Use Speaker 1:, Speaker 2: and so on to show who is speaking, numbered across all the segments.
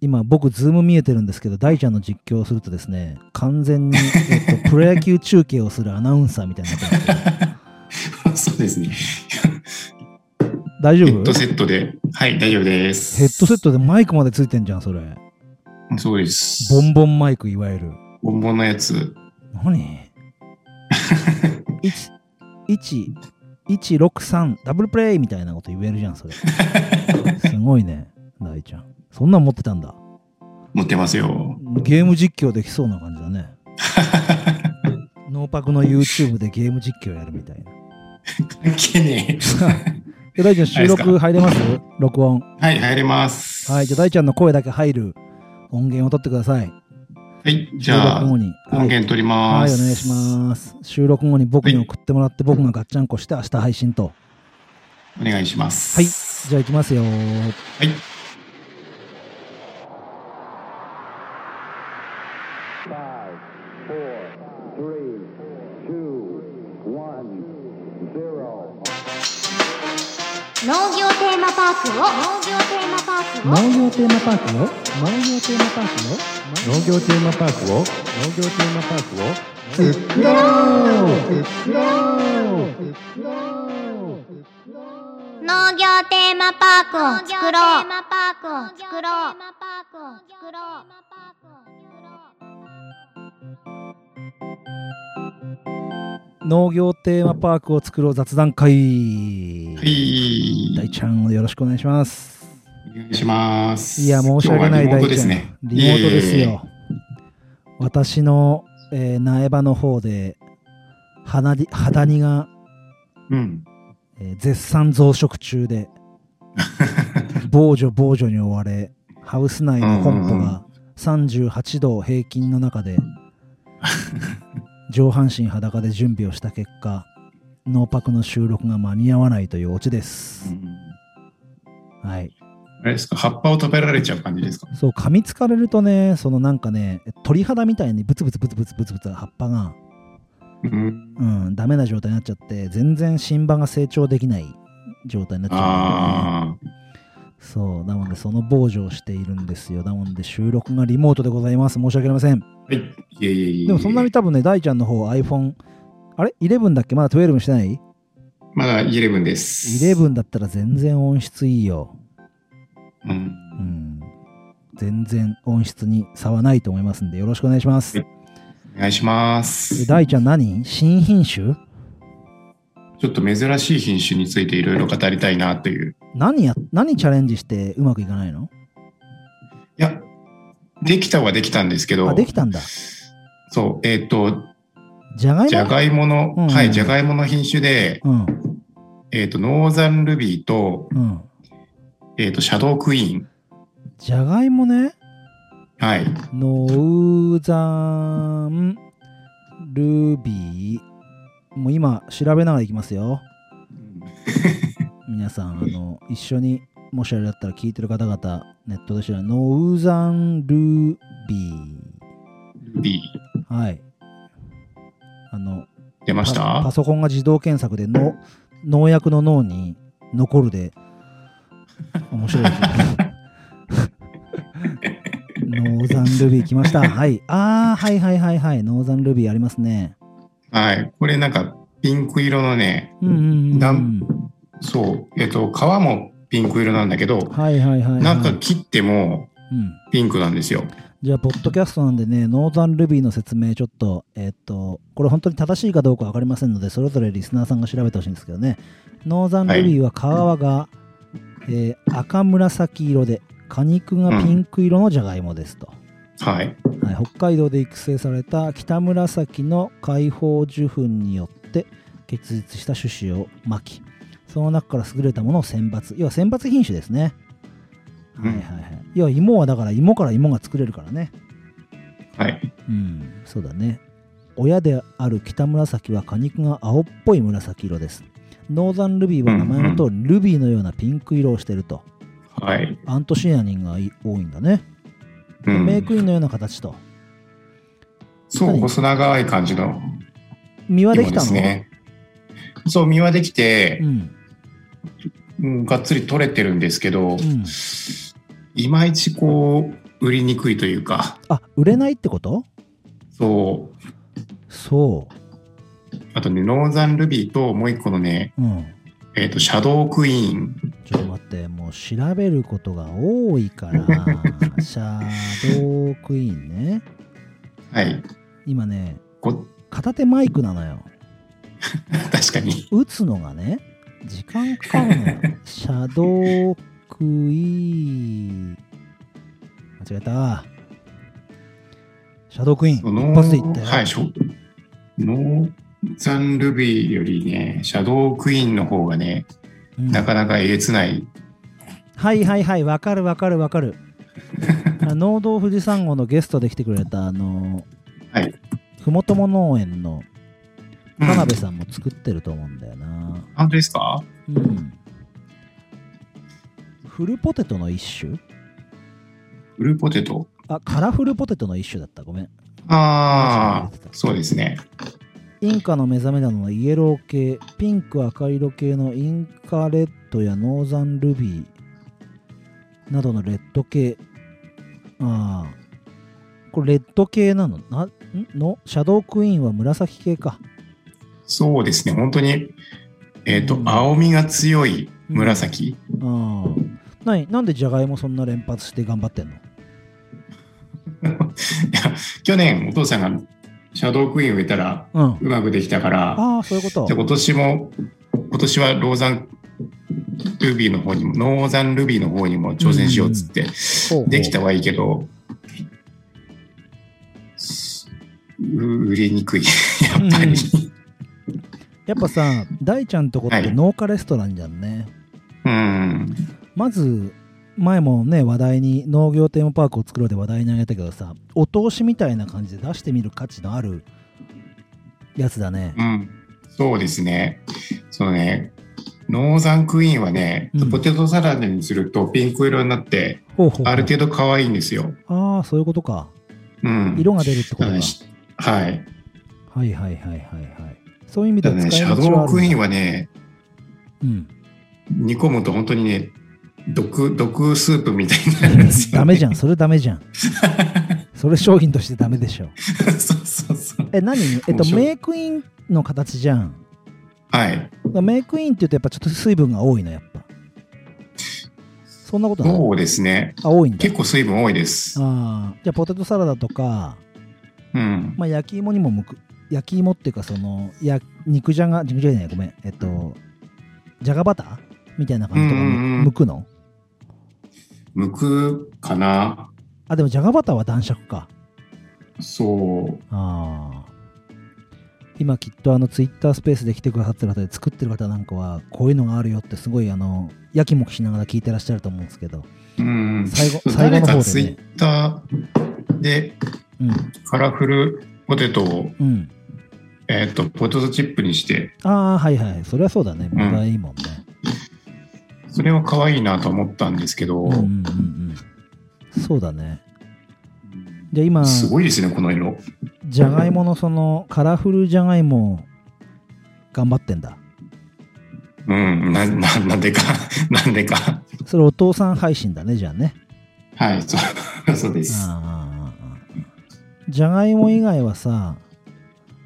Speaker 1: 今僕ズーム見えてるんですけど大ちゃんの実況をするとですね完全に、えっと、プ ロ野球中継をするアナウンサーみたいになってますけど
Speaker 2: そうですね。
Speaker 1: 大丈
Speaker 2: ヘ
Speaker 1: 夫
Speaker 2: ッドセットで。はい、大丈夫です。
Speaker 1: ヘッドセットでマイクまでついてんじゃんそれ
Speaker 2: トそうです。
Speaker 1: ボンボンマイクいわゆる
Speaker 2: ボンボンのやつ。
Speaker 1: 何1 ?1163 ダブルプレイみたいなこと言えるじゃん それすごいね大ちゃんそんなん持ってたんだ
Speaker 2: 持ってますよ。
Speaker 1: ゲーム実況できそうな感じだ ねノーパクの YouTube でゲーム実況やるみたいな
Speaker 2: 関係 ね
Speaker 1: で大ちゃん収
Speaker 2: あれ
Speaker 1: 録
Speaker 2: で
Speaker 1: 入れます録音
Speaker 2: え。はい、入れます。
Speaker 1: はいじゃあ大ちゃんの声だけ入る音源を取ってください
Speaker 2: はい、じゃあ、
Speaker 1: 収録後
Speaker 2: 音
Speaker 1: にはい
Speaker 2: 源取り
Speaker 1: は
Speaker 2: ま
Speaker 1: い、
Speaker 2: す。
Speaker 1: お願いします。収録後に僕に
Speaker 2: はい
Speaker 1: 送ってもらって、僕がガッチャンコして明日配信と。
Speaker 2: お願いしま
Speaker 1: はい、
Speaker 2: す。
Speaker 1: じゃあ行きますよ。
Speaker 2: はい。はい。
Speaker 3: Five, four, three, two, one, zero.
Speaker 4: 農業テーマパークを農業テーマパークを
Speaker 5: 農業テーマパークを農業テーマパークを農業テーマパークを農業テーマパークを作ろう作ろう作ろう
Speaker 4: 農業テーマパークを作ろう農業テーマパークを作ろう作ろう
Speaker 1: 農業テーマパークを作ろう雑談会。大ちゃん、よろしくお願いします。
Speaker 2: お願いします。
Speaker 1: いや、申し訳ない、
Speaker 2: 今日
Speaker 1: 大
Speaker 2: はリモート
Speaker 1: ち
Speaker 2: で
Speaker 1: ゃ
Speaker 2: す
Speaker 1: ん。
Speaker 2: ね。
Speaker 1: リモートです
Speaker 2: いえいえいえ
Speaker 1: よ。私の、えー苗場の方で、花にハダニが、
Speaker 2: うん。
Speaker 1: えー絶賛増殖中 で、防除防除に追われ、ハウス内のコンポ
Speaker 2: うんうんうん
Speaker 1: が38度平均の中 で、上半身裸で準備をした結果、ノーパクの収録が間に合わないというオチです。はい。
Speaker 2: あれですか、葉っぱを食べられちゃう感じですか。
Speaker 1: そう、噛みつかれるとね、そのなんかね、鳥肌みたいにブツブツブツブツブツブツ葉っぱが、
Speaker 2: うん。
Speaker 1: うん、ダメな状態になっちゃって、全然新葉が成長できない状態になっちゃうんだよね
Speaker 2: ああ。
Speaker 1: そう、なのでその防除をしているんですよ。なので収録がリモートでございます。申し訳ありません。
Speaker 2: はい。いえいえいえいえ。
Speaker 1: でもそんなに多分ね、大ちゃんの方 iPhone、あれ ?11 だっけまだ12にしてない
Speaker 2: まだ11です。。
Speaker 1: ?11 だったら全然音質いいよ。
Speaker 2: うん。
Speaker 1: うん。全然音質に差はないと思いますんで、よろしくお願いします。
Speaker 2: はいお願いしま。
Speaker 1: です大ちゃん何新品種
Speaker 2: ちょっと珍しい品種についていろいろ語りたいなという。
Speaker 1: 何や、何チャレンジしてうまくいかないの
Speaker 2: いや、できたはできたんですけど、
Speaker 1: あ、できたんだ。
Speaker 2: そう、えっ、と、
Speaker 1: じゃがいも
Speaker 2: じゃがいもの、
Speaker 1: うん
Speaker 2: はい、じゃがいもの品種で、
Speaker 1: うん、
Speaker 2: えっ、と、ノーザンルビーと、
Speaker 1: うん。
Speaker 2: えっ、と、シャドークイーン。
Speaker 1: じゃがいもね。
Speaker 2: はい。
Speaker 1: ノーザンルビーもう今調べながらいきますよ皆さんあの一緒にもしあれだったら聞いてる方々ネットで調べノーザンルビ
Speaker 2: ルビー。
Speaker 1: ーはいあの
Speaker 2: 出まし
Speaker 1: パパ
Speaker 2: た
Speaker 1: ソコンが自動検索での農薬の脳に残るで面白いですね ノーザンルビー来ましたはいあーはいはいはいはいノーザンルビーありますね
Speaker 2: はい。これなんか、ピンク色のね、
Speaker 1: うんうんうんう
Speaker 2: なんそう、えっ、と、皮もピンク色なんだけど、
Speaker 1: はいはいはい、はい、
Speaker 2: 中切っても
Speaker 1: うん、
Speaker 2: ピンクなんですよ。
Speaker 1: じゃあポッドキャストなんでねノーザンルビーの説明ちょっとえっとこれ本当に正しいかどうか分かりませんのでそれぞれリスナーさんが調べてほしいんですけどねノーザンルビーは皮が、えー赤紫色で果肉がピンク色のじゃがいもですと、
Speaker 2: はい。
Speaker 1: はい、北海道で育成された北紫の解放受粉によって結実した種子をまきその中から優れたものを選抜要は選抜品種ですね、
Speaker 2: うん
Speaker 1: はいはいはい要は芋はだから芋から芋が作れるからね
Speaker 2: はい。
Speaker 1: うんそうだね親である北紫は果肉が青っぽい紫色ですノーザンルビーは名前の通りルビーのようなピンク色をしてると
Speaker 2: はい。
Speaker 1: アントシアニンがい多いんだね、
Speaker 2: う
Speaker 1: メイ
Speaker 2: ん。
Speaker 1: クインのような形と
Speaker 2: そう、細長い感じの
Speaker 1: 実はでき
Speaker 2: 芋で
Speaker 1: た
Speaker 2: す
Speaker 1: の、
Speaker 2: ね。そう、実はできて
Speaker 1: う、ん
Speaker 2: うん、がっつり取れてるんですけ
Speaker 1: う
Speaker 2: ど、
Speaker 1: ん
Speaker 2: いまいちこう売りにくいというか、
Speaker 1: あ売れないってこと
Speaker 2: そう。
Speaker 1: そ
Speaker 2: あとね、ノーザンルビーともう一個のね、
Speaker 1: ううん
Speaker 2: えっ、と、シャドークイーン。
Speaker 1: ちょっと待ってもう調べることが多いから シャドークイーンね
Speaker 2: はい。
Speaker 1: 今ね
Speaker 2: こ
Speaker 1: 片手マイクなのよ
Speaker 2: 確かに。
Speaker 1: 打つのがね時間かかるのよシャドークイーン間違えたシャドークイーン
Speaker 2: その
Speaker 1: 一発でいったよ、
Speaker 2: はい、しょノーザンルビーよりね、シャドークイーンの方がね、
Speaker 1: うん
Speaker 2: なかなかえげつない。
Speaker 1: はいはいはいわかるわかるわか るあ農道富士山号のゲストで来てくれたあの
Speaker 2: はい
Speaker 1: ふもとも農園の
Speaker 2: うん
Speaker 1: 田辺さんも作ってると思うんだよな
Speaker 2: 本当ですか
Speaker 1: うんフルポテトの一種
Speaker 2: フルポテト。
Speaker 1: あカラフルポテトの一種だったごめん
Speaker 2: ああ、そうですね。
Speaker 1: インカの目覚めなどのイエロー系ピンク赤色系のインカレッドやノーザンルビーなどのレッド系ああこれレッド系なのなんのシャドークイーンは紫系か
Speaker 2: そうですね、本当に、えっ、と、青みが強い紫。
Speaker 1: ああなになんでジャガイモそんな連発して頑張ってんの
Speaker 2: いや去年、お父さんがシャドークイーン植えたら、
Speaker 1: うん
Speaker 2: うまくできたから、
Speaker 1: ああそういうこと
Speaker 2: じゃあ今年も、今年はローザンルビーの方にも、ノーザンルビーの方にも挑戦しようっつって、
Speaker 1: ほうほう
Speaker 2: できたはいいけど、う売れにくい、やっぱり。
Speaker 1: やっぱさ大ちゃんとこっ
Speaker 2: は
Speaker 1: て
Speaker 2: い
Speaker 1: 農家レストランじゃんね、
Speaker 2: うん。
Speaker 1: まず前もね話題に農業テーマパークを作ろうで話題に挙げたけどさお通しみたいな感じで出してみる価値のあるやつだね
Speaker 2: うん、そうですね。そのね、ノーザンクイーンはね、
Speaker 1: うん
Speaker 2: ポテトサラダにするとピンク色になって、
Speaker 1: ほうほう
Speaker 2: ある程度可愛いんですよ。
Speaker 1: ああそういうことか
Speaker 2: うん。
Speaker 1: 色が出るってことか、
Speaker 2: だからねしはい。
Speaker 1: はいはいはいはいはいそういう意味で
Speaker 2: た
Speaker 1: は
Speaker 2: だね、
Speaker 1: 使い
Speaker 2: シャ
Speaker 1: 道
Speaker 2: ド
Speaker 1: はあ
Speaker 2: ー
Speaker 1: る
Speaker 2: クイーン
Speaker 1: は
Speaker 2: はね、
Speaker 1: うん
Speaker 2: 煮込むと本当にね、毒、毒スープみたいになるんですよ。
Speaker 1: ダメじゃんそれダメじゃんそれ商品としてダメでしょ
Speaker 2: そうそうそう。
Speaker 1: え何えっ
Speaker 2: 面
Speaker 1: と
Speaker 2: 白い
Speaker 1: メイクインの形じゃん
Speaker 2: はい。
Speaker 1: メイクインって言うとやっぱちょっと水分が多いのやっぱそんなことない
Speaker 2: そうですね。
Speaker 1: あ多いんだ
Speaker 2: 結構水分多いです。
Speaker 1: ああじゃあポテトサラダとか、
Speaker 2: うん。
Speaker 1: まあ、焼き芋にも向く焼き芋っていうかそのや肉じゃが肉じゃがじゃないごめんえっとじゃがバターみたいな感じとか
Speaker 2: うんうんう
Speaker 1: も
Speaker 2: ん
Speaker 1: 向くの
Speaker 2: むくかな
Speaker 1: あでもじゃがバターは男爵か
Speaker 2: そう。
Speaker 1: ああ今きっとあのツイッタースペースで来てくださってる方で作ってる方なんかはこういうのがあるよってすごいあのやきもきしながら聞いてらっしゃると思うんですけど
Speaker 2: うん。
Speaker 1: 最後
Speaker 2: そう
Speaker 1: 最後の
Speaker 2: 誰
Speaker 1: 方でね
Speaker 2: かツイッターで
Speaker 1: うん
Speaker 2: カラフルポテトを、
Speaker 1: うん
Speaker 2: えー、とポテトチップにして
Speaker 1: ああはいはいそれはそうだね
Speaker 2: ん
Speaker 1: 問題いいもんね、
Speaker 2: それは可愛いなと思ったんですけど、
Speaker 1: うんうんうんうんそうだねじゃあ今
Speaker 2: すごいですねこの色
Speaker 1: じゃがいものそのカラフルじゃがいもを頑張ってんだ
Speaker 2: うんなななんでか なんでか
Speaker 1: それお父さん配信だねじゃあね
Speaker 2: はいそうそう です
Speaker 1: ああああああじゃがいも以外はさ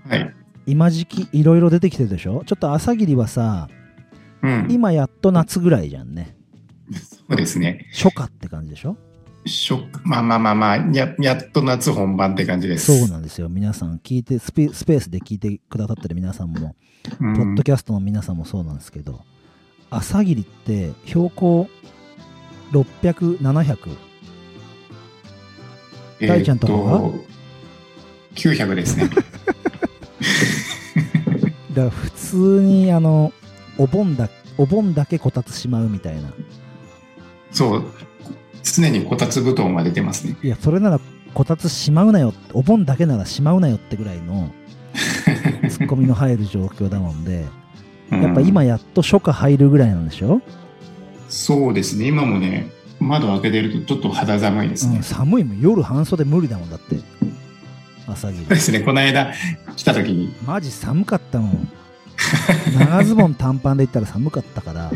Speaker 2: はい、
Speaker 1: 今時期いろいろ出てきてるでしょちょっと朝霧はさ
Speaker 2: うん、
Speaker 1: 今やっと夏ぐらいじゃんね
Speaker 2: そうですね
Speaker 1: 初夏って感じでしょ
Speaker 2: 食まあまあまあまあややっと夏本番って感じです
Speaker 1: そうなんですよ皆さん聞いてスピスペースで聞いてくださってる皆さんも
Speaker 2: うん
Speaker 1: ポッドキャストの皆さんもそうなんですけど、朝霧って標高600、700。大ちゃんとかは
Speaker 2: えーっと900です ね
Speaker 1: だから普通にあの、お盆だ、お盆だけこたつしまうみたいな。
Speaker 2: そう常にこたつ布団が出てますね
Speaker 1: いや、それならこたつしまうなよ、お盆だけならしまうなよってぐらいのツッコミの入る状況だもんで、やっぱ
Speaker 2: うん
Speaker 1: 今やっと初夏入るぐらいなんでしょ、
Speaker 2: そうですね、今もね、窓開けてるとちょっと肌寒いです
Speaker 1: う
Speaker 2: ね。
Speaker 1: ん、寒いもん夜半袖無理だもんだって。朝霧
Speaker 2: そう。ですね、この間来た時に、
Speaker 1: マジ寒かったもん長ズボン短パンで行ったら寒かったから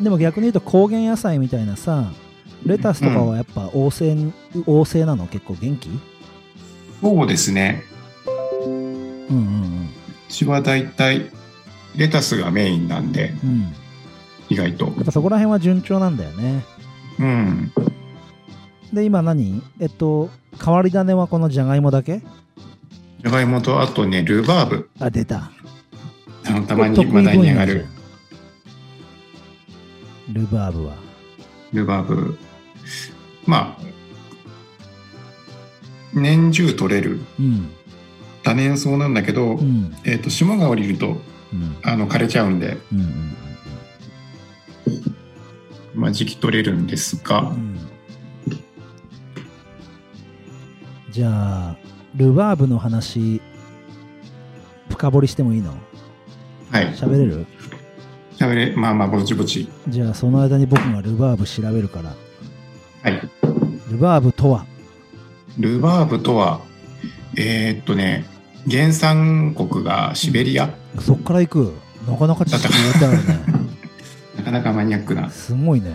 Speaker 1: でも逆に言うと高原野菜みたいなさレタスとかはやっぱ旺盛,、旺盛なの結構元気
Speaker 2: そうですね。
Speaker 1: うんうん
Speaker 2: うちはだいたいレタスがメインなんで、
Speaker 1: うんうん
Speaker 2: 意外と
Speaker 1: や。っぱそこら辺は順調なんだよね
Speaker 2: うん。
Speaker 1: で今何えっと変わり種はこのじゃがいもだけ
Speaker 2: じゃがいもと、あとね、ルバーブ。
Speaker 1: あ出た
Speaker 2: あのたまに話題に上がる
Speaker 1: ルバーブは
Speaker 2: ルバーブ。まあ、年中取れる
Speaker 1: うん
Speaker 2: 多年草なんだけど、
Speaker 1: うん
Speaker 2: えっと霜が降りると
Speaker 1: うん
Speaker 2: あの枯れちゃうんで、
Speaker 1: うんうん
Speaker 2: まあ、時期取れるんですが
Speaker 1: う、んじゃあルバーブの話深掘りしてもいいの
Speaker 2: はい
Speaker 1: 喋れる
Speaker 2: 喋れまあまあぼちぼち
Speaker 1: じゃあその間に僕がルバーブ調べるから
Speaker 2: はい
Speaker 1: ルバーブとは
Speaker 2: ルバーブとはえーっとね原産国がシベリア、
Speaker 1: そっから行くなかなか知識持ってある ね
Speaker 2: なかなかマニアックな
Speaker 1: すごいね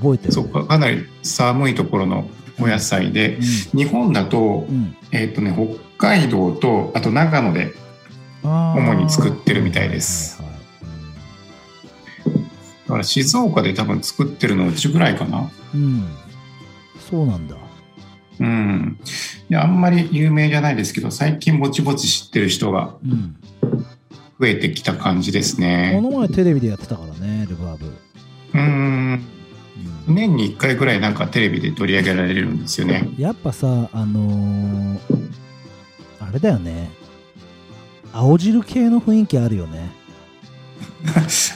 Speaker 1: 覚えてる
Speaker 2: そうかかなり寒いところのお野菜で、日本だと
Speaker 1: うん、うん
Speaker 2: えーっとね北海道とあと長野で
Speaker 1: あー
Speaker 2: 主に作ってるみたいです
Speaker 1: はいはいはい
Speaker 2: だから静岡で多分作ってるのうちぐらいかな
Speaker 1: うんうんそうなんだ
Speaker 2: うんいやあんまり有名じゃないですけど最近ぼちぼち知ってる人が
Speaker 1: うん
Speaker 2: 増えてきた感じです
Speaker 1: こ
Speaker 2: ね。
Speaker 1: の前テレビでやってたからねルバーブ、
Speaker 2: うーん
Speaker 1: うん
Speaker 2: 年に1回ぐらいなんかテレビで取り上げられるんですよね。
Speaker 1: やっぱさあのーあれだよね青汁系の雰囲気あるよね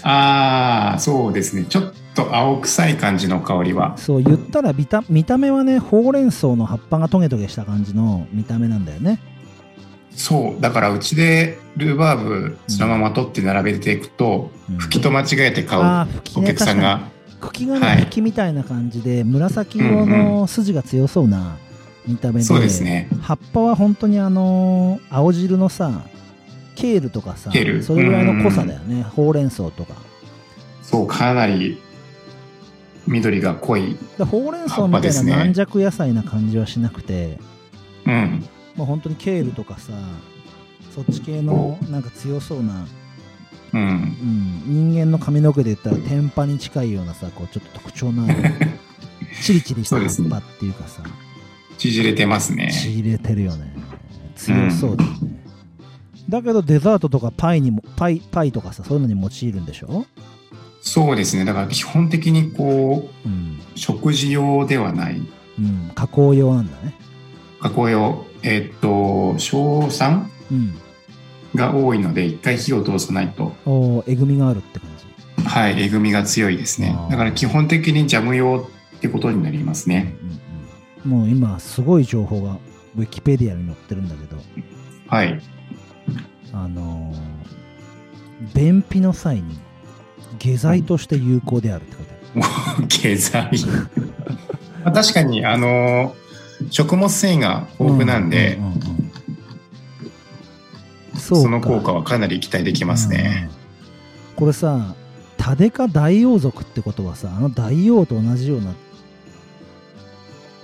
Speaker 2: ああそうですねちょっと青臭い感じの香りは。
Speaker 1: そう言ったら見た見た目はねほうれん草の葉っぱがトゲトゲした感じの見た目なんだよね
Speaker 2: そうだからうちでルバーブそのまま取って並べていくと、
Speaker 1: うん
Speaker 2: 吹きと間違えて買
Speaker 1: あ
Speaker 2: う
Speaker 1: ー茎
Speaker 2: お
Speaker 1: ね
Speaker 2: 客さんが、
Speaker 1: 確かに茎が
Speaker 2: は
Speaker 1: ね
Speaker 2: い
Speaker 1: 茎みたいな感じで紫色の筋が強そうな見た目で
Speaker 2: そうですね
Speaker 1: 葉っぱは本当にあのー青汁のさケールとかさ
Speaker 2: ケール
Speaker 1: それぐらいの濃さだよね、ほうれん草とか
Speaker 2: そうかなり緑が濃い、
Speaker 1: でほうれん草み
Speaker 2: 葉
Speaker 1: た
Speaker 2: っぱで
Speaker 1: いな
Speaker 2: すね
Speaker 1: 軟弱野菜な感じはしなくて、
Speaker 2: うん、
Speaker 1: まあ、本当にケールとかさそっち系のなんか強そうな、
Speaker 2: うん、
Speaker 1: うん、人間の髪の毛で言ったら天パに近いようなさこうちょっと特徴の あるチリチリした
Speaker 2: そうですね
Speaker 1: 葉っぱっていうかさ
Speaker 2: 縮れてますね。
Speaker 1: ちぎれてるよね強そうだよね、だけどデザートとかパイにもパイパイとかさそういうのに用いるんでしょ、
Speaker 2: そうですねだから基本的にこう
Speaker 1: うん
Speaker 2: 食事用ではない
Speaker 1: うん、加工用なんだね
Speaker 2: 加工用、えーっと、硝酸
Speaker 1: うん
Speaker 2: が多いので、一回火を通さないと、
Speaker 1: おーえぐみがあるって感じ
Speaker 2: はい、えぐみが強いですね
Speaker 1: あ。ー
Speaker 2: だから基本的にジャム用ってことになりますね。
Speaker 1: うんうんうんもう今すごい情報がウィキペディアに載ってるんだけど
Speaker 2: はい。
Speaker 1: あのー便秘の際に下剤として有効であるって書いてある
Speaker 2: 下剤。まあ確かに、あのー食物繊維が豊富なんで、
Speaker 1: うううんそうか
Speaker 2: その効果はかなり期待できますね。
Speaker 1: うんこれさタデカ大王族ってことはさあの大王と同じような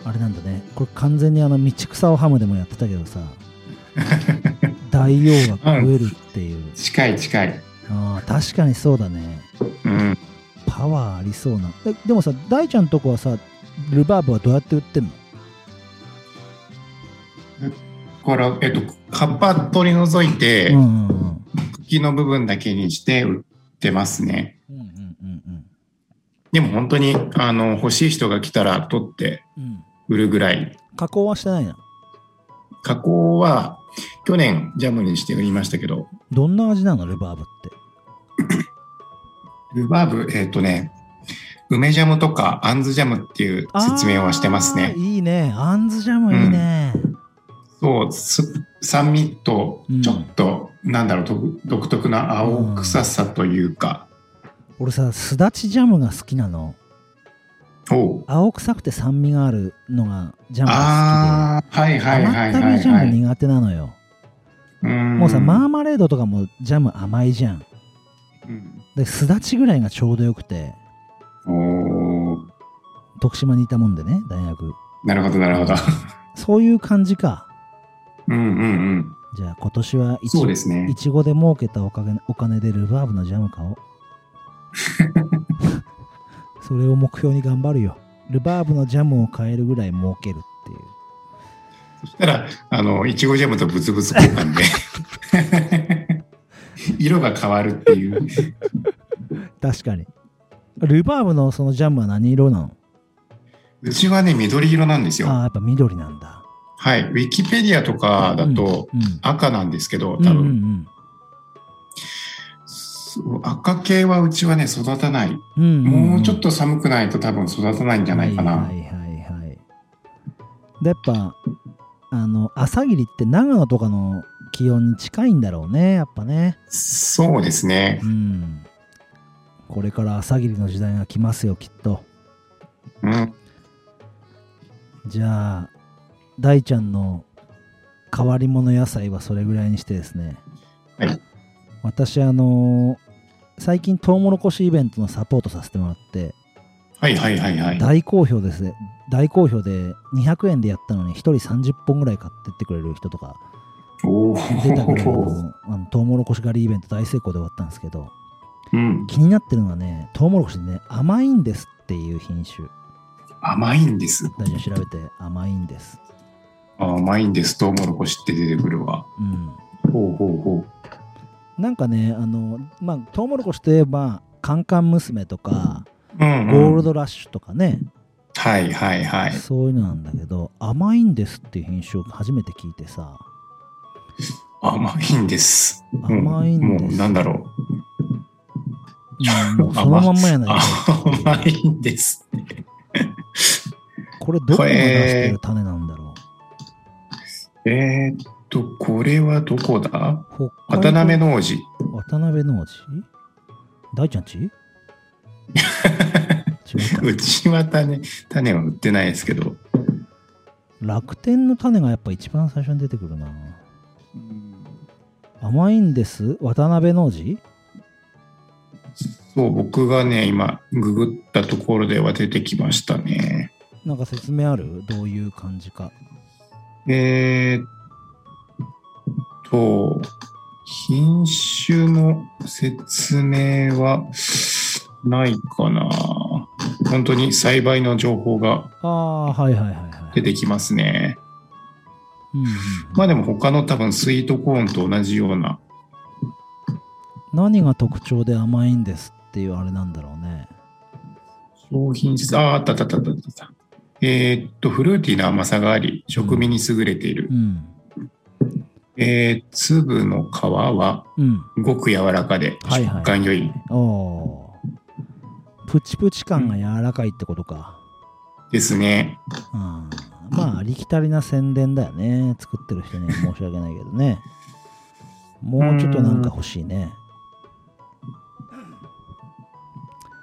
Speaker 1: あれなんだねこれ完全にあの道草をハムでもやってたけど さ大王が食えるっていう、
Speaker 2: 近い近い。
Speaker 1: あー確かにそうだね
Speaker 2: うん。
Speaker 1: パワーありそうなででもさ大ちゃんとこはさルバーブはどうやって売ってんの
Speaker 2: これは、えっと、葉っぱ取り除いて、
Speaker 1: うんうんうん
Speaker 2: 茎の部分だけにして売ってますね。
Speaker 1: うんうんうん
Speaker 2: でも本当にあの欲しい人が来たら取って
Speaker 1: うんうん
Speaker 2: 売るぐらい
Speaker 1: 加工はしてないな
Speaker 2: 加工は去年ジャムにして売りましたけど
Speaker 1: どんな味なのルバーブって
Speaker 2: ルバーブえっ、とね梅ジャムとかあんずジャムっていう説明はしてます
Speaker 1: あー
Speaker 2: ね
Speaker 1: いいね。あんずジャムいいね。
Speaker 2: そうす酸味と
Speaker 1: うん
Speaker 2: ちょっと、なんだろう独独特な青臭さというか、
Speaker 1: 俺さ、すだちジャムが好きなの。
Speaker 2: おう
Speaker 1: 青臭くて酸味があるのがジャムが
Speaker 2: ああはい
Speaker 1: 好き
Speaker 2: は
Speaker 1: で。
Speaker 2: いはい
Speaker 1: 甘
Speaker 2: は
Speaker 1: ったる
Speaker 2: い
Speaker 1: ジャ
Speaker 2: は
Speaker 1: ム
Speaker 2: い
Speaker 1: 苦手なのよ。
Speaker 2: も
Speaker 1: もうさ、マーマレードとかもジャム甘いじゃん。で、すだちぐらいがちょうどよくて。
Speaker 2: おー
Speaker 1: 徳島にいたもんでね、大学。
Speaker 2: なるほど、なるほど。
Speaker 1: そういう感じか。
Speaker 2: うんうんうん。
Speaker 1: じゃあ今年は
Speaker 2: そうですね
Speaker 1: い。ちごで儲けたおかげお金でルバーブのジャム買 おう。それを目標に頑張るよ。ルバーブのジャムを買えるぐらい儲けるっていう。
Speaker 2: そしたら、あの、いちごジャムとブツブツ交 換で、色が変わるっていう。
Speaker 1: 確かに。ルバーブのそのジャムは何色なの
Speaker 2: うちはね、緑色なんです
Speaker 1: ああ、
Speaker 2: よ。
Speaker 1: やっぱ緑なんだ。
Speaker 2: はい。ウィキペディアとかだと
Speaker 1: うん、うん
Speaker 2: 赤なんですけど、多
Speaker 1: うんうんう
Speaker 2: 分、
Speaker 1: ん
Speaker 2: そう赤系はうちはね、育たない。
Speaker 1: うんうんうん
Speaker 2: もうちょっと寒くないと多分育たないんじゃないかな。
Speaker 1: はいはいはいはい。でやっぱあの朝霧って長野とかの気温に近いんだろうねやっぱね。
Speaker 2: そうですね
Speaker 1: う。ん。これから朝霧の時代が来ますよきっと。
Speaker 2: うん。
Speaker 1: じゃあ大ちゃんの変わり者野菜はそれぐらいにしてですね。
Speaker 2: はい。
Speaker 1: 私あの最近トウモロコシイベントのサポートさせてもらって
Speaker 2: はいはいはいはい。
Speaker 1: 大好評ですね大好評で200円でやったのに1人30本ぐらい買ってってくれる人とか
Speaker 2: お
Speaker 1: 出たぐらい
Speaker 2: お。
Speaker 1: のあのトウモロコシ狩りイベント大成功で終わったんですけど
Speaker 2: うん。
Speaker 1: 気になってるのはねトウモロコシね甘いんですっていう品種
Speaker 2: 甘いんです。
Speaker 1: 大丈夫調べて甘いんです
Speaker 2: 甘いんです。トウモロコシって出てくるわ。
Speaker 1: うん
Speaker 2: ほうほうほ
Speaker 1: なんかねあのまあトウモロコシといえばカンカン娘とか
Speaker 2: う。うん、
Speaker 1: ゴ
Speaker 2: うん。
Speaker 1: ールドラッシュとかね、
Speaker 2: はいはいはい。
Speaker 1: そういうのなんだけど甘いんですっていう品種を初めて聞いてさ
Speaker 2: 甘いんです。うん
Speaker 1: 甘いんです
Speaker 2: もうなんだろ
Speaker 1: うんもうそのまんまや
Speaker 2: う。
Speaker 1: ないか
Speaker 2: 甘い んです。
Speaker 1: これどこが出してる種なんだろ
Speaker 2: えーっと、これはどこだ
Speaker 1: う北
Speaker 2: 渡
Speaker 1: 海道
Speaker 2: 辺農事。
Speaker 1: 渡辺農地大ちゃんち違うか
Speaker 2: うちは種、種は売ってないですけど。
Speaker 1: 楽天の種がやっぱ一番最初に出てくるな甘いんです渡辺農地
Speaker 2: そう、僕がね、今、ググったところでは出てきましたね。
Speaker 1: なんか説明あるどういう感じか
Speaker 2: えーっと、品種の説明はないかな。本当に栽培の情報が
Speaker 1: ああはいはいはいは
Speaker 2: 出
Speaker 1: い、
Speaker 2: てきますね。
Speaker 1: うんうん
Speaker 2: まあでも他の多分スイートコーンと同じような。
Speaker 1: 何が特徴で甘いんですっていうあれなんだろうね
Speaker 2: 商品説、ああ、あったあったあったあったあった。えーっと、フルーティーな甘さがあり、食味に優れている
Speaker 1: う。ん
Speaker 2: えー粒の皮は
Speaker 1: うん
Speaker 2: ごく柔らかで、
Speaker 1: はいはい
Speaker 2: 食感良い
Speaker 1: おープチプチ感が柔らかいってことか、
Speaker 2: ですね。
Speaker 1: うん、まあありきたりな宣伝だよね作ってる人には申し訳ないけどねもうちょっとなんか欲しいね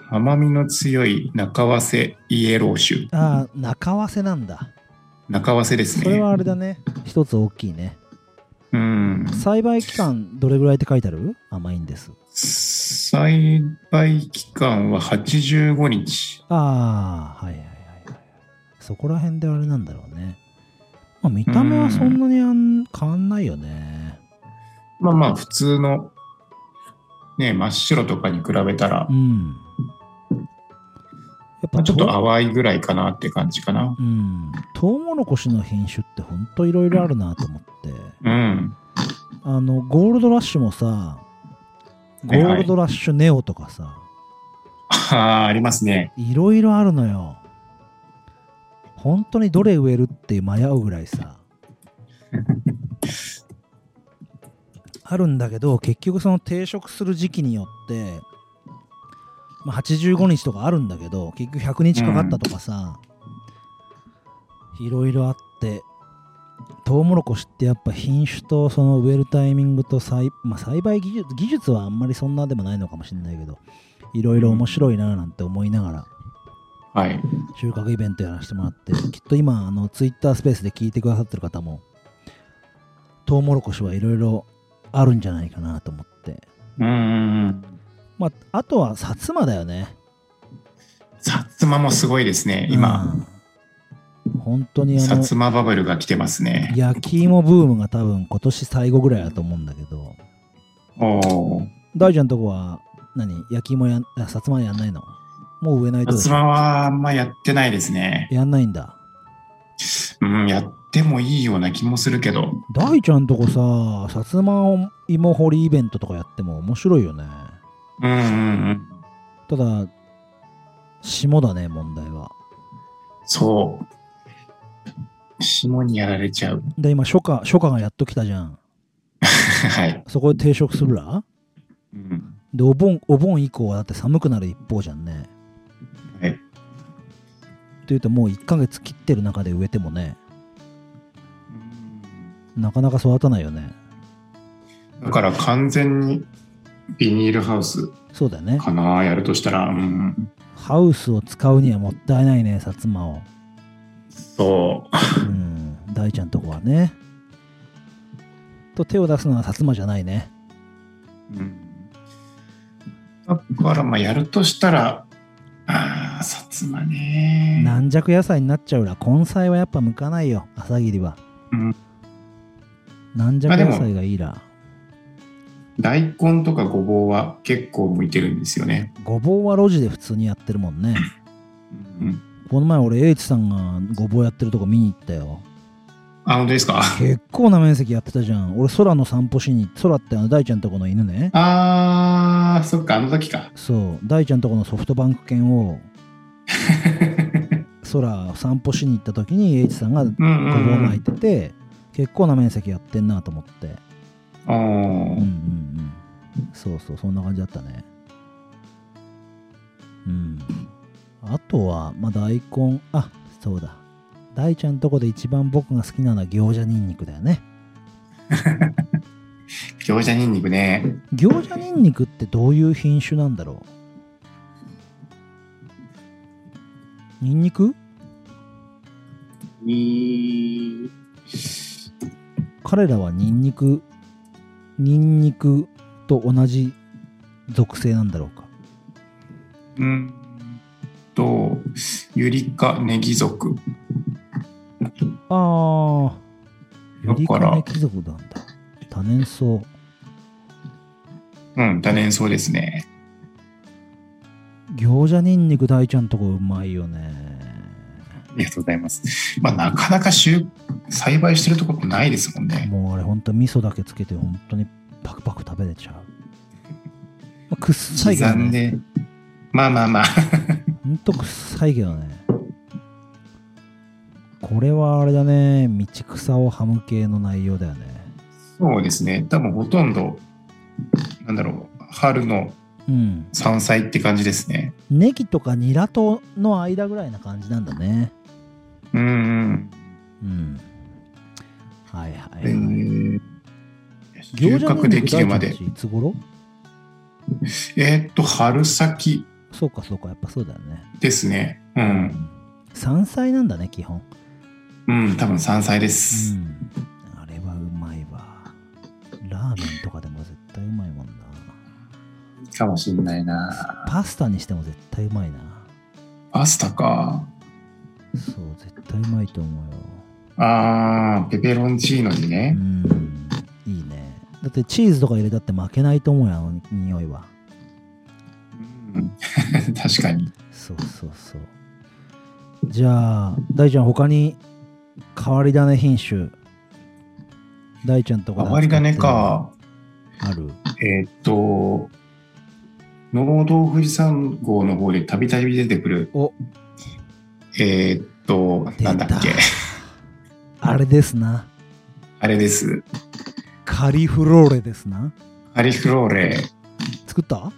Speaker 2: 甘みの強い中和瀬イエロー種。
Speaker 1: ああ中わせなんだ
Speaker 2: 中和瀬です
Speaker 1: それは
Speaker 2: ね。
Speaker 1: あれだね一つ大きいね
Speaker 2: うん。
Speaker 1: 栽培期間どれぐらいって書いてある甘いんです
Speaker 2: 栽培期間は85日。
Speaker 1: ああはいはいはいはいそこら辺であれなんだろうね、まあ、見た目はそんなにあん変わんないよね
Speaker 2: まあまあ普通の、ね、真っ白とかに比べたら
Speaker 1: う、んやっ
Speaker 2: まあちょっ
Speaker 1: と
Speaker 2: と淡いぐらいかなって感じかな。
Speaker 1: うん、トウモロコシの品種ってほんといろいろあるなと思って
Speaker 2: うん。
Speaker 1: あのゴールドラッシュもさゴ
Speaker 2: はいはい
Speaker 1: ールドラッシュネオとかさ
Speaker 2: ああ、ありますね。
Speaker 1: いろいろあるのよ本当にどれ植えるって迷うぐらいさあるんだけど結局その定食する時期によって、まあ、85日とかあるんだけど結局100日かかったとかさ、いろいろあってトウモロコシってやっぱ品種とその植えるタイミングと栽,、まあ、栽培技術技術はあんまりそんなでもないのかもしれないけどいろいろ面白いななんて思いながら
Speaker 2: はい。
Speaker 1: 収穫イベントやらせてもらってきっと今あのツイッタースペースで聞いてくださってる方もトウモロコシはいろいろあるんじゃないかなと思って
Speaker 2: うんうんうん。
Speaker 1: まああとは薩摩だよね
Speaker 2: 薩摩もすごいですね、今。
Speaker 1: うん本当にあ
Speaker 2: 薩
Speaker 1: の
Speaker 2: 摩バブルが来てますね。
Speaker 1: 焼き芋ブームが多分今年最後ぐらいだと思うんだけど
Speaker 2: おお。
Speaker 1: 大ちゃんとこは何焼き芋やんあ薩摩やんないのもう植えないと
Speaker 2: 薩
Speaker 1: でしょ
Speaker 2: 摩はあんまやってないですね。
Speaker 1: やんないんだ
Speaker 2: うん、やってもいいような気もするけど。
Speaker 1: 大ちゃんとこさ薩摩芋掘りイベントとかやっても面白いよね
Speaker 2: うんうんうん。
Speaker 1: ただ霜だね問題は
Speaker 2: そう。霜にやられちゃう。
Speaker 1: で今初夏初夏がやっと来たじゃん
Speaker 2: はい。
Speaker 1: そこで定食するら
Speaker 2: うん
Speaker 1: でお盆お盆以降はだって寒くなる一方じゃんね
Speaker 2: はい
Speaker 1: というともう1ヶ月切ってる中で植えてもねなかなか育たないよね
Speaker 2: だから完全にビニールハウス
Speaker 1: そうだよね
Speaker 2: かな、やるとしたら。うん。
Speaker 1: ハウスを使うにはもったいないね薩摩を
Speaker 2: そう。
Speaker 1: うん大ちゃんとこはねと手を出すのは薩摩じゃないね
Speaker 2: うんだから、まあ、やるとしたら、ああ、薩摩ね。
Speaker 1: 軟弱野菜になっちゃうら根菜はやっぱ向かないよ朝霧は、
Speaker 2: うん
Speaker 1: 軟弱野菜がいいら
Speaker 2: 大根とかごぼうは結構向いてるんですよね。
Speaker 1: ごぼうは路地で普通にやってるもんね
Speaker 2: うん、
Speaker 1: この前俺栄一さんがごぼうやってるとこ見に行ったよ
Speaker 2: あ、本当ですか。
Speaker 1: 結構な面積やってたじゃん俺空の散歩しに空ってあの大ちゃんとこの犬ね
Speaker 2: ああ、そっか、あの時か。
Speaker 1: そう大ちゃんとこのソフトバンク犬を空散歩しに行った時に栄一さんがごぼ
Speaker 2: うんうん、
Speaker 1: う
Speaker 2: うん。
Speaker 1: 巻いてて、結構な面積やってんなと思って
Speaker 2: お
Speaker 1: うん
Speaker 2: ー
Speaker 1: うんうんそうそうそんな感じだったねうんあとはまあ大根あそうだ大ちゃんとこで一番僕が好きなのは餃子ニンニクだよね
Speaker 2: 餃子ニンニクね。
Speaker 1: 餃子ニンニクってどういう品種なんだろうニンニク
Speaker 2: に
Speaker 1: 彼らはニンニクニンニクと同じ属性なんだろうか
Speaker 2: うんと、ゆりかネギ族。
Speaker 1: ああ
Speaker 2: だ
Speaker 1: ユリ
Speaker 2: か
Speaker 1: カネ
Speaker 2: ら、
Speaker 1: 貴族なんだ多年草
Speaker 2: うん、多年草ですね。
Speaker 1: 餃子ニンニク大ちゃんとこうまいよね
Speaker 2: ありがとうございます。まあ、なかなか収栽培してるとこってないですもんね。
Speaker 1: もうあれほんと味噌だけつけて本当にパクパク食べれちゃう、まあ、くっさいけど
Speaker 2: 刻ん
Speaker 1: ね
Speaker 2: で。まあまあまあ。
Speaker 1: ほんとくっさいけどねこれはあれだね道草をはむ系の内容だよね
Speaker 2: そうですね。多分ほとんど、なんだろう、春の
Speaker 1: うん
Speaker 2: 山菜って感じですね。
Speaker 1: ネギとかニラとの間ぐらいな感じなんだね
Speaker 2: うん
Speaker 1: うんはいはい、は
Speaker 2: う
Speaker 1: い
Speaker 2: ん。えー収
Speaker 1: 餃子
Speaker 2: 穫
Speaker 1: ニン
Speaker 2: で
Speaker 1: ニク
Speaker 2: きるま
Speaker 1: 大
Speaker 2: で
Speaker 1: ち。ゃんちいつ頃
Speaker 2: えーっと、春先
Speaker 1: そうかそうかやっぱそうだよね
Speaker 2: ですね。うん。
Speaker 1: 山菜なんだね基本
Speaker 2: うん、多分山菜で
Speaker 1: う
Speaker 2: す。
Speaker 1: んあれはうまいわラーメンとかでも絶対うまいもんな
Speaker 2: かもしんないな。
Speaker 1: パスタにしても絶対うまいな
Speaker 2: パスタか。
Speaker 1: そう絶対うまいと思うよ
Speaker 2: あー、ペペロンチーノに
Speaker 1: う
Speaker 2: ね。
Speaker 1: んいいねだってチーズとか入れたって負けないと思うよあの匂いは
Speaker 2: うん、 確かに。
Speaker 1: そうそうそうじゃあ大ちゃん他に変わり種品種大ちゃんとこ
Speaker 2: 変
Speaker 1: で
Speaker 2: わり種か。
Speaker 1: ある
Speaker 2: えーっと、農道富士山号の方でたびたび出てくる。
Speaker 1: お
Speaker 2: えーっと、なんだっけ
Speaker 1: 出。あれですな
Speaker 2: あれです。
Speaker 1: カリフローレですな
Speaker 2: カリフローレ。い
Speaker 1: 作った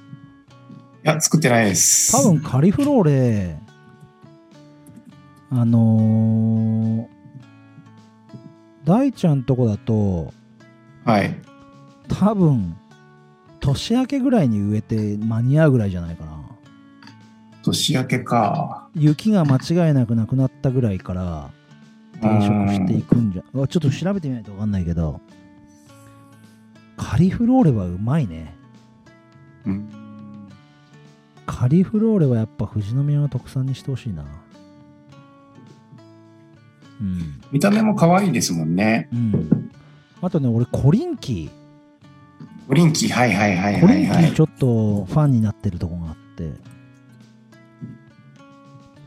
Speaker 2: や、作ってないです。
Speaker 1: 多分カリフローレあのー大ちゃんとこだと
Speaker 2: はい。
Speaker 1: 多分年明けぐらいに植えて間に合うぐらいじゃないかな
Speaker 2: 年明けか。
Speaker 1: 雪が間違いなくなくなったぐらいから定食していくんじゃうわちょっと調べてみないと分かんないけどカリフローレはうまいね
Speaker 2: うん
Speaker 1: カリフローレはやっぱ富士宮の特産にしてほしいなうん
Speaker 2: 見た目も可愛いですもんね。
Speaker 1: うんあとね俺コリンキ
Speaker 2: コリンキー、はいはいはい
Speaker 1: ーコ
Speaker 2: は
Speaker 1: リ
Speaker 2: い、
Speaker 1: ンキ
Speaker 2: は
Speaker 1: ー
Speaker 2: い
Speaker 1: ち。ょっとファンになってるとこがあって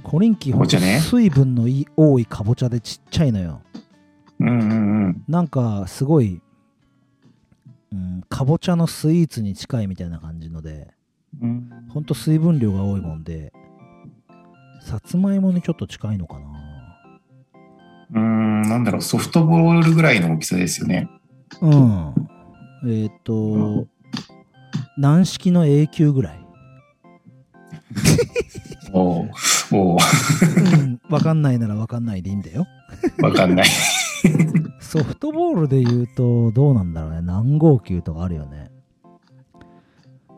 Speaker 1: コリンキーほんと
Speaker 2: かぼちゃね
Speaker 1: 水分のいい多いかぼちゃでちっちゃいのよ
Speaker 2: うんうんうん。
Speaker 1: なんかすごい、うん、かぼちゃのスイーツに近いみたいな感じので
Speaker 2: うん
Speaker 1: ほんと水分量が多いもんでさつまいもにちょっと近いのかな
Speaker 2: うーん、なんだろう、ソフトボールぐらいの大きさですよね。
Speaker 1: うんえっ、と軟式の A 級ぐら い、
Speaker 2: おうお
Speaker 1: うん、わかんないならわかんないでいいんだよ
Speaker 2: う、わかんない。
Speaker 1: ソフトボールで言うとどうなんだろうね何号球とかあるよね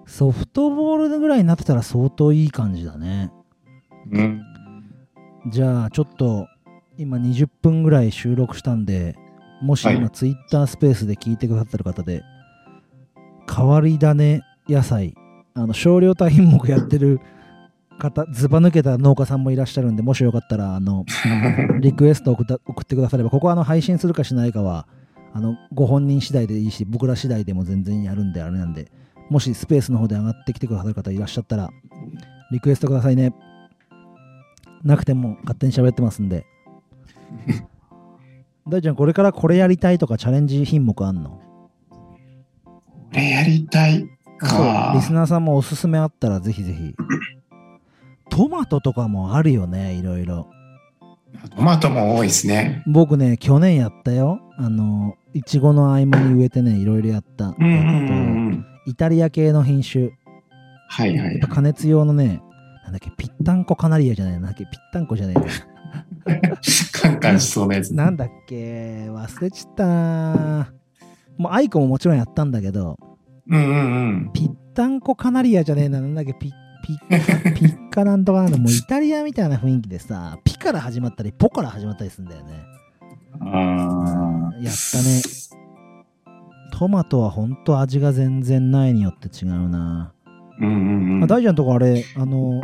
Speaker 1: ソフトボールぐらいになってたら相当いい感じだね
Speaker 2: うん、
Speaker 1: じゃあちょっと今20分ぐらい収録したんでもし
Speaker 2: は
Speaker 1: 今
Speaker 2: い
Speaker 1: ツイッタースペースで聞いてくださってる方で、変わり種野菜あの少量多品目やってる方ずば抜けた農家さんもいらっしゃるんでもしよかったらあ のリクエストを送った送ってくださればここはあの配信するかしないかはあのご本人次第でいいし僕ら次第でも全然やるんであれなんでもしスペースの方で上がってきてくださる方いらっしゃったらリクエストくださいねなくても勝手に喋ってますんで 大ちゃんこれからこれやりたいとかチャレンジ品目あんの
Speaker 2: これやりたいか
Speaker 1: リ。スナーさんもおすすめあったらぜひぜ ひトマトとかもあるよねいろいろ
Speaker 2: トマトも多いですね。
Speaker 1: 僕ね去年やったよあのいちごの合間に植えてねいろいろやった、
Speaker 2: うんうんうんうん。
Speaker 1: えっとイタリア系の品種
Speaker 2: はいはい
Speaker 1: やっ。ぱ加熱用のねなんだっけぴったんこカナリアじゃないなんだっけぴったんこじゃない
Speaker 2: カンカンしそうなやつ。
Speaker 1: なんだっけ忘れちったなもうアイコももちろんやったんだけど
Speaker 2: うんうんうん。
Speaker 1: ぴったんこカナリアじゃねえななんだっけピピッピッカなんとかなんだもうイタリアみたいな雰囲気でさピから始まったりポから始まったりするんだよね
Speaker 2: あ
Speaker 1: やったねトマトはほんと味が全然ないによって違うな、
Speaker 2: あ。うんうんう
Speaker 1: あ
Speaker 2: ん。は
Speaker 1: 大ちゃんとこあれあの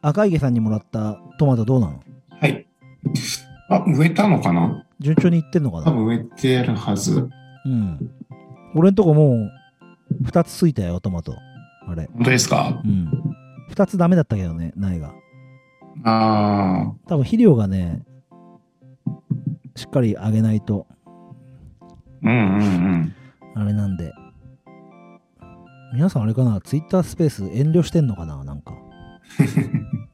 Speaker 1: 赤池さんにもらったトマトどうなの
Speaker 2: い。あ、植えたのかな
Speaker 1: 順調にいってんのか
Speaker 2: 多
Speaker 1: な
Speaker 2: 分植えてやるはず。
Speaker 1: うん俺んとこもう2つついたよトマトあれ
Speaker 2: 本当ですか
Speaker 1: うん2つダメだったけどね苗が
Speaker 2: ああ。
Speaker 1: 多分肥料がねしっかりあげないと
Speaker 2: うんうん
Speaker 1: あれなんで皆さんあれかなツイッタースペース遠慮してんのかな なんか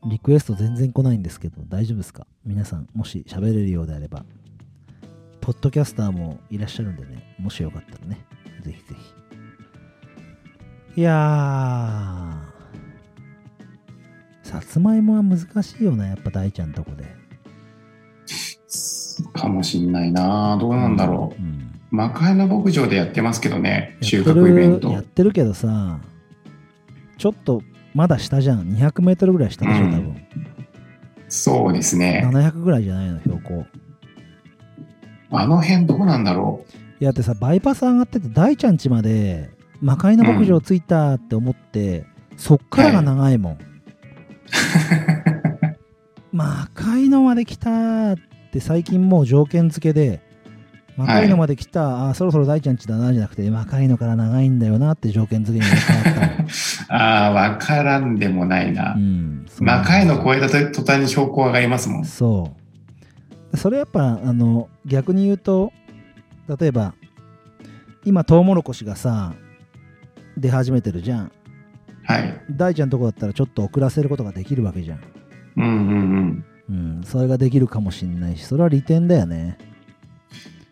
Speaker 1: リクエスト全然来ないんですけど大丈夫ですか皆さんもし喋れるようであればポッドキャスターもいらっしゃるんでねもしよかったらねぜひぜひいやーさつまいもは難しいよねやっぱ大ちゃんとこで
Speaker 2: うん。かもしんないな。どうなんだろう。
Speaker 1: ん
Speaker 2: マカエナ牧場でやってますけどね、
Speaker 1: や
Speaker 2: 収
Speaker 1: って
Speaker 2: 穫イベン
Speaker 1: る
Speaker 2: ト
Speaker 1: やっ。てるけどさちょっとまだ下じゃん 200m ぐらい下でしょ多分、
Speaker 2: そうですね。
Speaker 1: 700ぐらいじゃないの標高
Speaker 2: あの辺どう なんだろ
Speaker 1: いやだってさバイパス上がってて大ちゃん家まで魔界の牧場着いたって思って、そっからが長いもん魔界のまで来たって最近もう条件付けで魔界のまで来た、あそろそろ大ちゃん家だなじゃなくて魔界のから長いんだよなって条件付けに変わったの
Speaker 2: う。ああ、わからんでもない な
Speaker 1: う。んそう
Speaker 2: 魔界の超えた途端に標高上がりますもん。
Speaker 1: そうそれやっぱあの逆に言うと例えば今トウモロコシがさ出始めてるじゃん
Speaker 2: はい。
Speaker 1: 大ちゃんとこだったらちょっと遅らせることができるわけじゃん
Speaker 2: うんうんうん。
Speaker 1: うんそれができるかもしんないしそれは利点だよね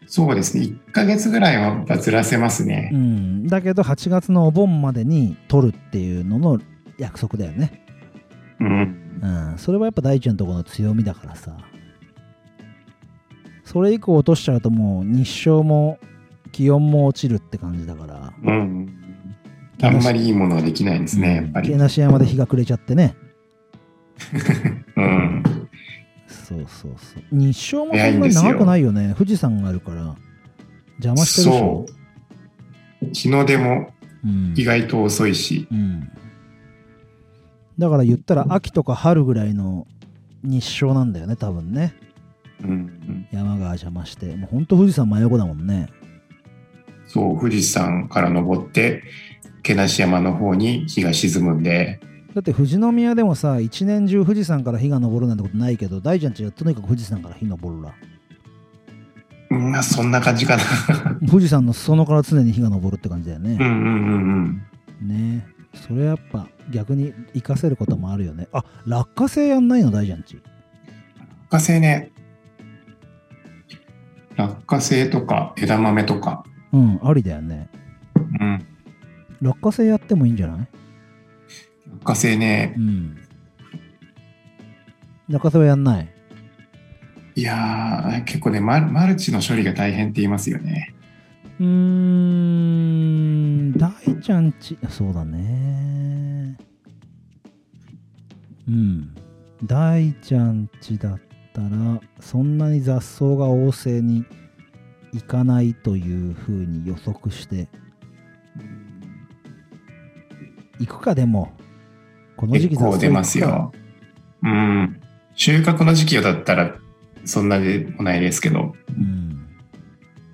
Speaker 2: そうですね。1ヶ月ぐらいはやっぱずらせますね
Speaker 1: う。んだけど8月のお盆までに取るっていうのの約束だよね
Speaker 2: うん。
Speaker 1: うんそれはやっぱ大ちゃんとこの強みだからさそれ以降落としちゃうともう日照も気温も落ちるって感じだから
Speaker 2: うん。あんまりいいものはできないですね、やっぱ
Speaker 1: 毛
Speaker 2: り。
Speaker 1: なし山で日が暮れちゃってね。
Speaker 2: うん。
Speaker 1: そうそうそう。日照もそ
Speaker 2: 早い
Speaker 1: ん
Speaker 2: ん
Speaker 1: な
Speaker 2: ですよ
Speaker 1: 長くないよね。富士山があるから。邪魔してるでしょ
Speaker 2: そ。う。日の出も
Speaker 1: うん
Speaker 2: 意外と遅いし。
Speaker 1: うん。だから言ったら秋とか春ぐらいの日照なんだよね多分ね
Speaker 2: うんうん、
Speaker 1: 山が邪魔してもうほんと富士山真横だもんね
Speaker 2: そう、富士山から登って、毛無山の方に日が沈むんで、
Speaker 1: だって富士宮でもさ一年中富士山から火が昇るなんてことないけど大ちゃんちはとにかく富士山から火昇るら
Speaker 2: うん、まあそんな感じかな。
Speaker 1: 富士山の裾野から常に火が昇るって感じだよ
Speaker 2: う
Speaker 1: ね、
Speaker 2: んうんうん
Speaker 1: ねそれやっぱ逆に活かせることもあるよねあ落花生やんないの大ちゃんち
Speaker 2: うん。落花生ね。落花生とか枝豆とか。
Speaker 1: うんありだよね
Speaker 2: うん。
Speaker 1: 落花生やってもいいんじゃない
Speaker 2: 落花生ね
Speaker 1: う。ん落花生はやんない
Speaker 2: いやー、結構ねマル、マルチの処理が大変って言いますよね。
Speaker 1: うーん大ちゃんちそうだねうん大ちゃんちだったらそんなに雑草が旺盛にいかないというふうに予測していくかでもこの時
Speaker 2: 結
Speaker 1: 期雑
Speaker 2: 構
Speaker 1: 草
Speaker 2: 出
Speaker 1: 行くか
Speaker 2: ますよ。うん。収穫の時期だったら、そんなでもないですけど。
Speaker 1: うん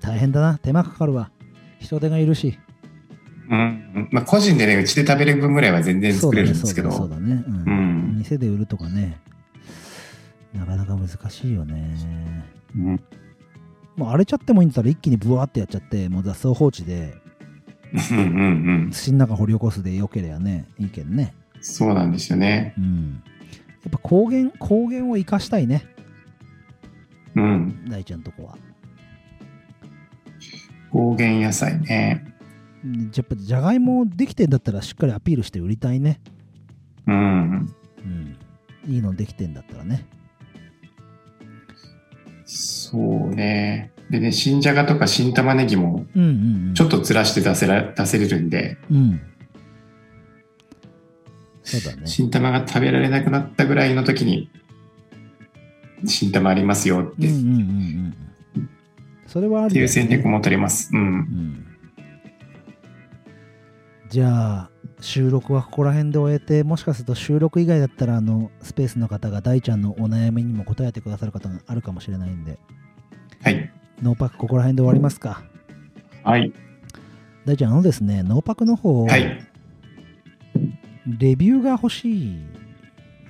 Speaker 1: 大変だな手間かかるわ人手がいるし
Speaker 2: うん。まあ、個人でね、うちで食べれる分ぐらいは全然
Speaker 1: そう
Speaker 2: 作
Speaker 1: だ
Speaker 2: れる
Speaker 1: ね
Speaker 2: んですけど。
Speaker 1: そうだねそうだね、うん
Speaker 2: うん
Speaker 1: 店で売るとかねなかなか難しいよね
Speaker 2: うん
Speaker 1: もう荒れちゃってもいいんだったら一気にブワーってやっちゃってもう雑草放置で
Speaker 2: うんうんうん。
Speaker 1: 土の中掘り起こすでよければねいいけんね
Speaker 2: そうなんですよね。
Speaker 1: うんやっぱ高原高原を生かしたいね
Speaker 2: うん。
Speaker 1: 大ちゃんとこは
Speaker 2: 高原野菜ね。
Speaker 1: うんやっぱじゃがいもできてんだったらしっかりアピールして売りたいね
Speaker 2: うん。
Speaker 1: うんいいのできてんだったらね
Speaker 2: そうね。でね、新じゃがとか新玉ねぎも
Speaker 1: うんうんうん
Speaker 2: ちょっとずらして出せら出せれるんで、
Speaker 1: うんそうだね
Speaker 2: 新玉が食べられなくなったぐらいの時に、新玉ありますよっ
Speaker 1: うん
Speaker 2: て,、
Speaker 1: うん
Speaker 2: っ
Speaker 1: うんうんうんそれはある
Speaker 2: てい
Speaker 1: よ
Speaker 2: う戦略
Speaker 1: ね
Speaker 2: も取れます。うん
Speaker 1: う。んじゃあ収録はここら辺で終えてもしかすると収録以外だったらあのスペースの方が大ちゃんのお悩みにも答えてくださる方があるかもしれないんで
Speaker 2: はい。
Speaker 1: ノーパックここら辺で終わりますか
Speaker 2: はい。
Speaker 1: 大ちゃんあのですねノーパックの方、
Speaker 2: はい。
Speaker 1: レビューが欲しい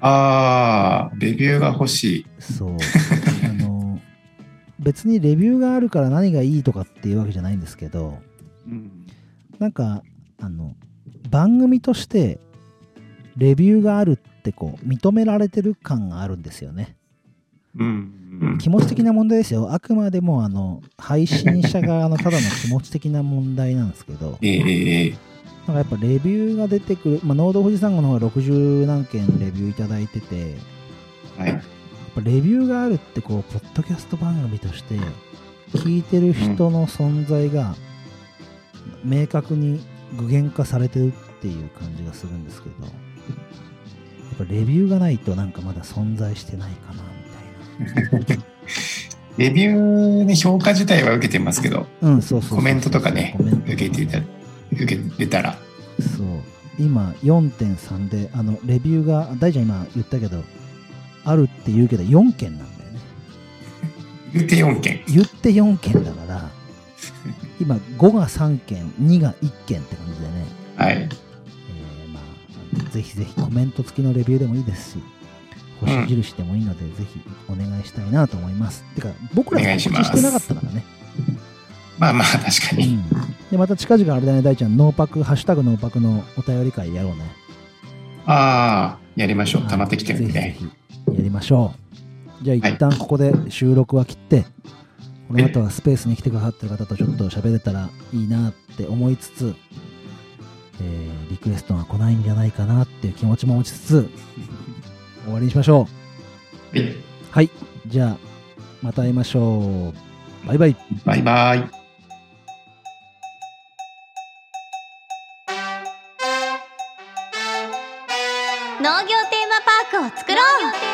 Speaker 2: あー、レビューが欲しい。
Speaker 1: そうあの別にレビューがあるから何がいいとかっていうわけじゃないんですけど
Speaker 2: うん。
Speaker 1: なんかあの番組としてレビューがあるってこう認められてる感があるんですよね
Speaker 2: うん。
Speaker 1: 気持ち的な問題ですよあくまでもあの配信者側のただの気持ち的な問題なんですけど
Speaker 2: ええええ
Speaker 1: なんかやっぱレビューが出てくる、まあ、農道富士山号の方は60何件レビューいただいててやっ
Speaker 2: はい。
Speaker 1: ぱレビューがあるってこうポッドキャスト番組として聞いてる人の存在が明確に具現化されてるっていう感じがするんですけどやっぱレビューがないとなんかまだ存在してないかなみ
Speaker 2: レビューね、評価自体は受けてますけど、
Speaker 1: たいなうんそうそうそうそう
Speaker 2: コメントとかね
Speaker 1: コメントとかね
Speaker 2: 受けていた、受けてたら、
Speaker 1: そう今4.3であのレビューが大ちゃん今言ったけどあるって言うけど4件なんだよね
Speaker 2: 言って4件。
Speaker 1: 言って4件だから今5が3件2が1件って感じでね、
Speaker 2: はい。
Speaker 1: えーまあぜひぜひコメント付きのレビューでもいいですし星印でもいいので、ぜひお願いしたいなと思いますてか僕ら
Speaker 2: お願
Speaker 1: が
Speaker 2: いし
Speaker 1: 告
Speaker 2: ま
Speaker 1: 知
Speaker 2: す
Speaker 1: してなかったからね
Speaker 2: まあまあ、確か
Speaker 1: う
Speaker 2: に。
Speaker 1: んでまた近々あれだね大ちゃんノーパクハッシュタグノーパクのお便り会やろうね
Speaker 2: ああ、やりましょう。溜まってきてるんで
Speaker 1: ぜ
Speaker 2: ね。
Speaker 1: ひぜひやりましょうじゃあ一旦ここで収録は切って、この後はスペースに来てくださってる方とちょっと喋れたらいいなって思いつつ、えーリクエストが来ないんじゃないかなっていう気持ちも持ちつ つ終わりにしましょ
Speaker 2: はい。
Speaker 1: うはいじゃあまた会いましょうバイバイ
Speaker 2: バイバイ。
Speaker 4: 農業テーマパークを作ろう農業テーマ